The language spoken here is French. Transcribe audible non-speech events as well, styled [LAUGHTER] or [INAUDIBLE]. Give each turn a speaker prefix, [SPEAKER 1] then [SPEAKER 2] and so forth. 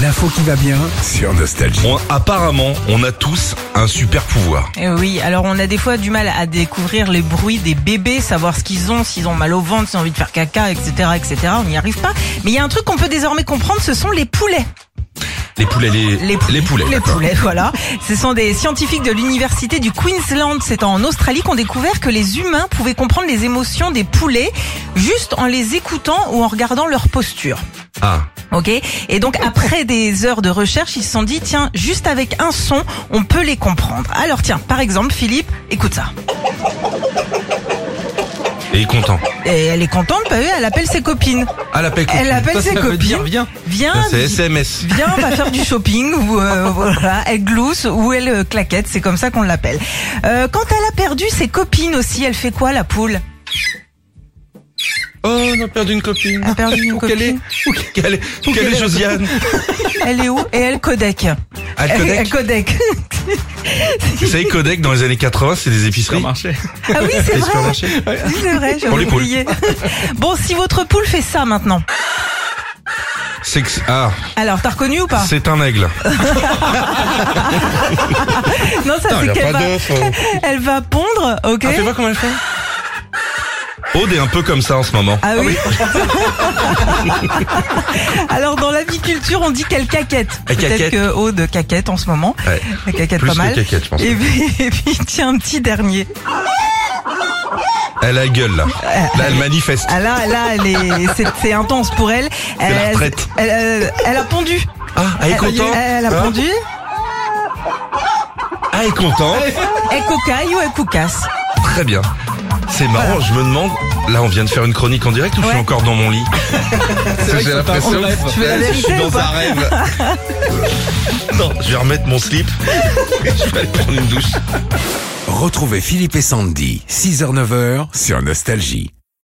[SPEAKER 1] L'info qui va bien sur Nostalgie.
[SPEAKER 2] On- apparemment, on a tous un super pouvoir.
[SPEAKER 3] Eh oui, alors on a des fois du mal à découvrir les bruits des bébés, savoir ce qu'ils ont, s'ils ont mal au ventre, s'ils ont envie de faire caca, etc., etc. On n'y arrive pas. Mais il y a un truc qu'on peut désormais comprendre, ce sont les poulets.
[SPEAKER 2] Les poulets, les,
[SPEAKER 3] Les poulets.
[SPEAKER 2] poulets.
[SPEAKER 3] Les
[SPEAKER 2] d'accord.
[SPEAKER 3] poulets, voilà. Ce sont des scientifiques de l'université du Queensland, c'est en Australie, qu'on découvert que les humains pouvaient comprendre les émotions des poulets juste en les écoutant ou en regardant leur posture.
[SPEAKER 2] Ah,
[SPEAKER 3] Ok. Et donc après des heures de recherche, ils se sont dit tiens, juste avec un son, on peut les comprendre. Alors tiens, par exemple, Philippe, écoute ça.
[SPEAKER 2] et il est content.
[SPEAKER 3] Et elle est contente, bah oui, elle appelle ses copines.
[SPEAKER 2] Ah, la paix.
[SPEAKER 3] Elle appelle ses copines. Ah,
[SPEAKER 2] Viens.
[SPEAKER 3] Viens,
[SPEAKER 2] Ah, C'est
[SPEAKER 3] vi-
[SPEAKER 2] SMS.
[SPEAKER 3] viens, on va faire du shopping ou euh, voilà, elle glousse ou elle euh, claquette, c'est comme ça qu'on l'appelle. Euh, quand elle a perdu ses copines aussi, elle fait quoi la poule
[SPEAKER 2] Oh, on a perdu une copine.
[SPEAKER 3] Elle a perdu une
[SPEAKER 2] Où qu'elle est
[SPEAKER 3] copine.
[SPEAKER 2] Où qu'elle est Où qu'elle est, Josiane
[SPEAKER 3] Elle est où Et elle codec.
[SPEAKER 2] Ah, le
[SPEAKER 3] [LAUGHS] Elle
[SPEAKER 2] Codec. [LAUGHS]
[SPEAKER 3] codec.
[SPEAKER 2] Vous savez, Codec, dans les années 80, c'est des épiceries.
[SPEAKER 4] marché.
[SPEAKER 3] Ah oui, c'est
[SPEAKER 2] Des
[SPEAKER 3] vrai.
[SPEAKER 2] supermarchés.
[SPEAKER 3] C'est vrai,
[SPEAKER 2] Pour
[SPEAKER 3] j'avais
[SPEAKER 2] les poules.
[SPEAKER 3] oublié. Bon, si votre poule fait ça maintenant.
[SPEAKER 2] C'est que- ah,
[SPEAKER 3] Alors, t'as reconnu ou pas
[SPEAKER 2] c'est un aigle.
[SPEAKER 3] Ah, Non, ça c'est qu'elle va,
[SPEAKER 2] euh.
[SPEAKER 3] elle va pondre, ok
[SPEAKER 2] Ah, fais voir comment elle fait. Aude est un peu comme ça en ce moment.
[SPEAKER 3] Ah oui [LAUGHS] Alors dans l'aviculture, on dit qu'elle caquette.
[SPEAKER 2] Elle
[SPEAKER 3] Peut-être
[SPEAKER 2] caquette.
[SPEAKER 3] que Aude caquette en ce moment.
[SPEAKER 2] Ouais.
[SPEAKER 3] Elle caquette
[SPEAKER 2] Plus
[SPEAKER 3] pas
[SPEAKER 2] que
[SPEAKER 3] mal.
[SPEAKER 2] caquette, je pense.
[SPEAKER 3] Et puis, [LAUGHS] et puis, tiens, un petit dernier.
[SPEAKER 2] Elle a la gueule, là. Là, elle manifeste.
[SPEAKER 3] Ah là, là, elle est- c'est c'est intense pour elle. Elle,
[SPEAKER 2] la
[SPEAKER 3] elle-
[SPEAKER 2] retraite.
[SPEAKER 3] elle, elle- elle a pondu.
[SPEAKER 2] Ah, elle est contente.
[SPEAKER 3] Elle, elle a
[SPEAKER 2] Hein
[SPEAKER 3] pondu.
[SPEAKER 2] Ah, elle est contente.
[SPEAKER 3] Elle cocaille ou elle coucasse
[SPEAKER 2] Très bien. C'est marrant, je me demande, là on vient de faire une chronique en direct ou je suis
[SPEAKER 3] Ouais.
[SPEAKER 2] encore dans mon lit J'ai l'impression
[SPEAKER 4] un rêve.
[SPEAKER 3] Tu veux la
[SPEAKER 2] Ouais, je
[SPEAKER 3] vérité
[SPEAKER 2] suis
[SPEAKER 3] ou
[SPEAKER 2] dans
[SPEAKER 3] pas
[SPEAKER 2] un rêve. [LAUGHS] Non, je vais remettre mon
[SPEAKER 3] [LAUGHS]
[SPEAKER 2] slip. Je vais aller prendre une douche.
[SPEAKER 1] Retrouvez Philippe et Sandy, 6h-9h sur Nostalgie.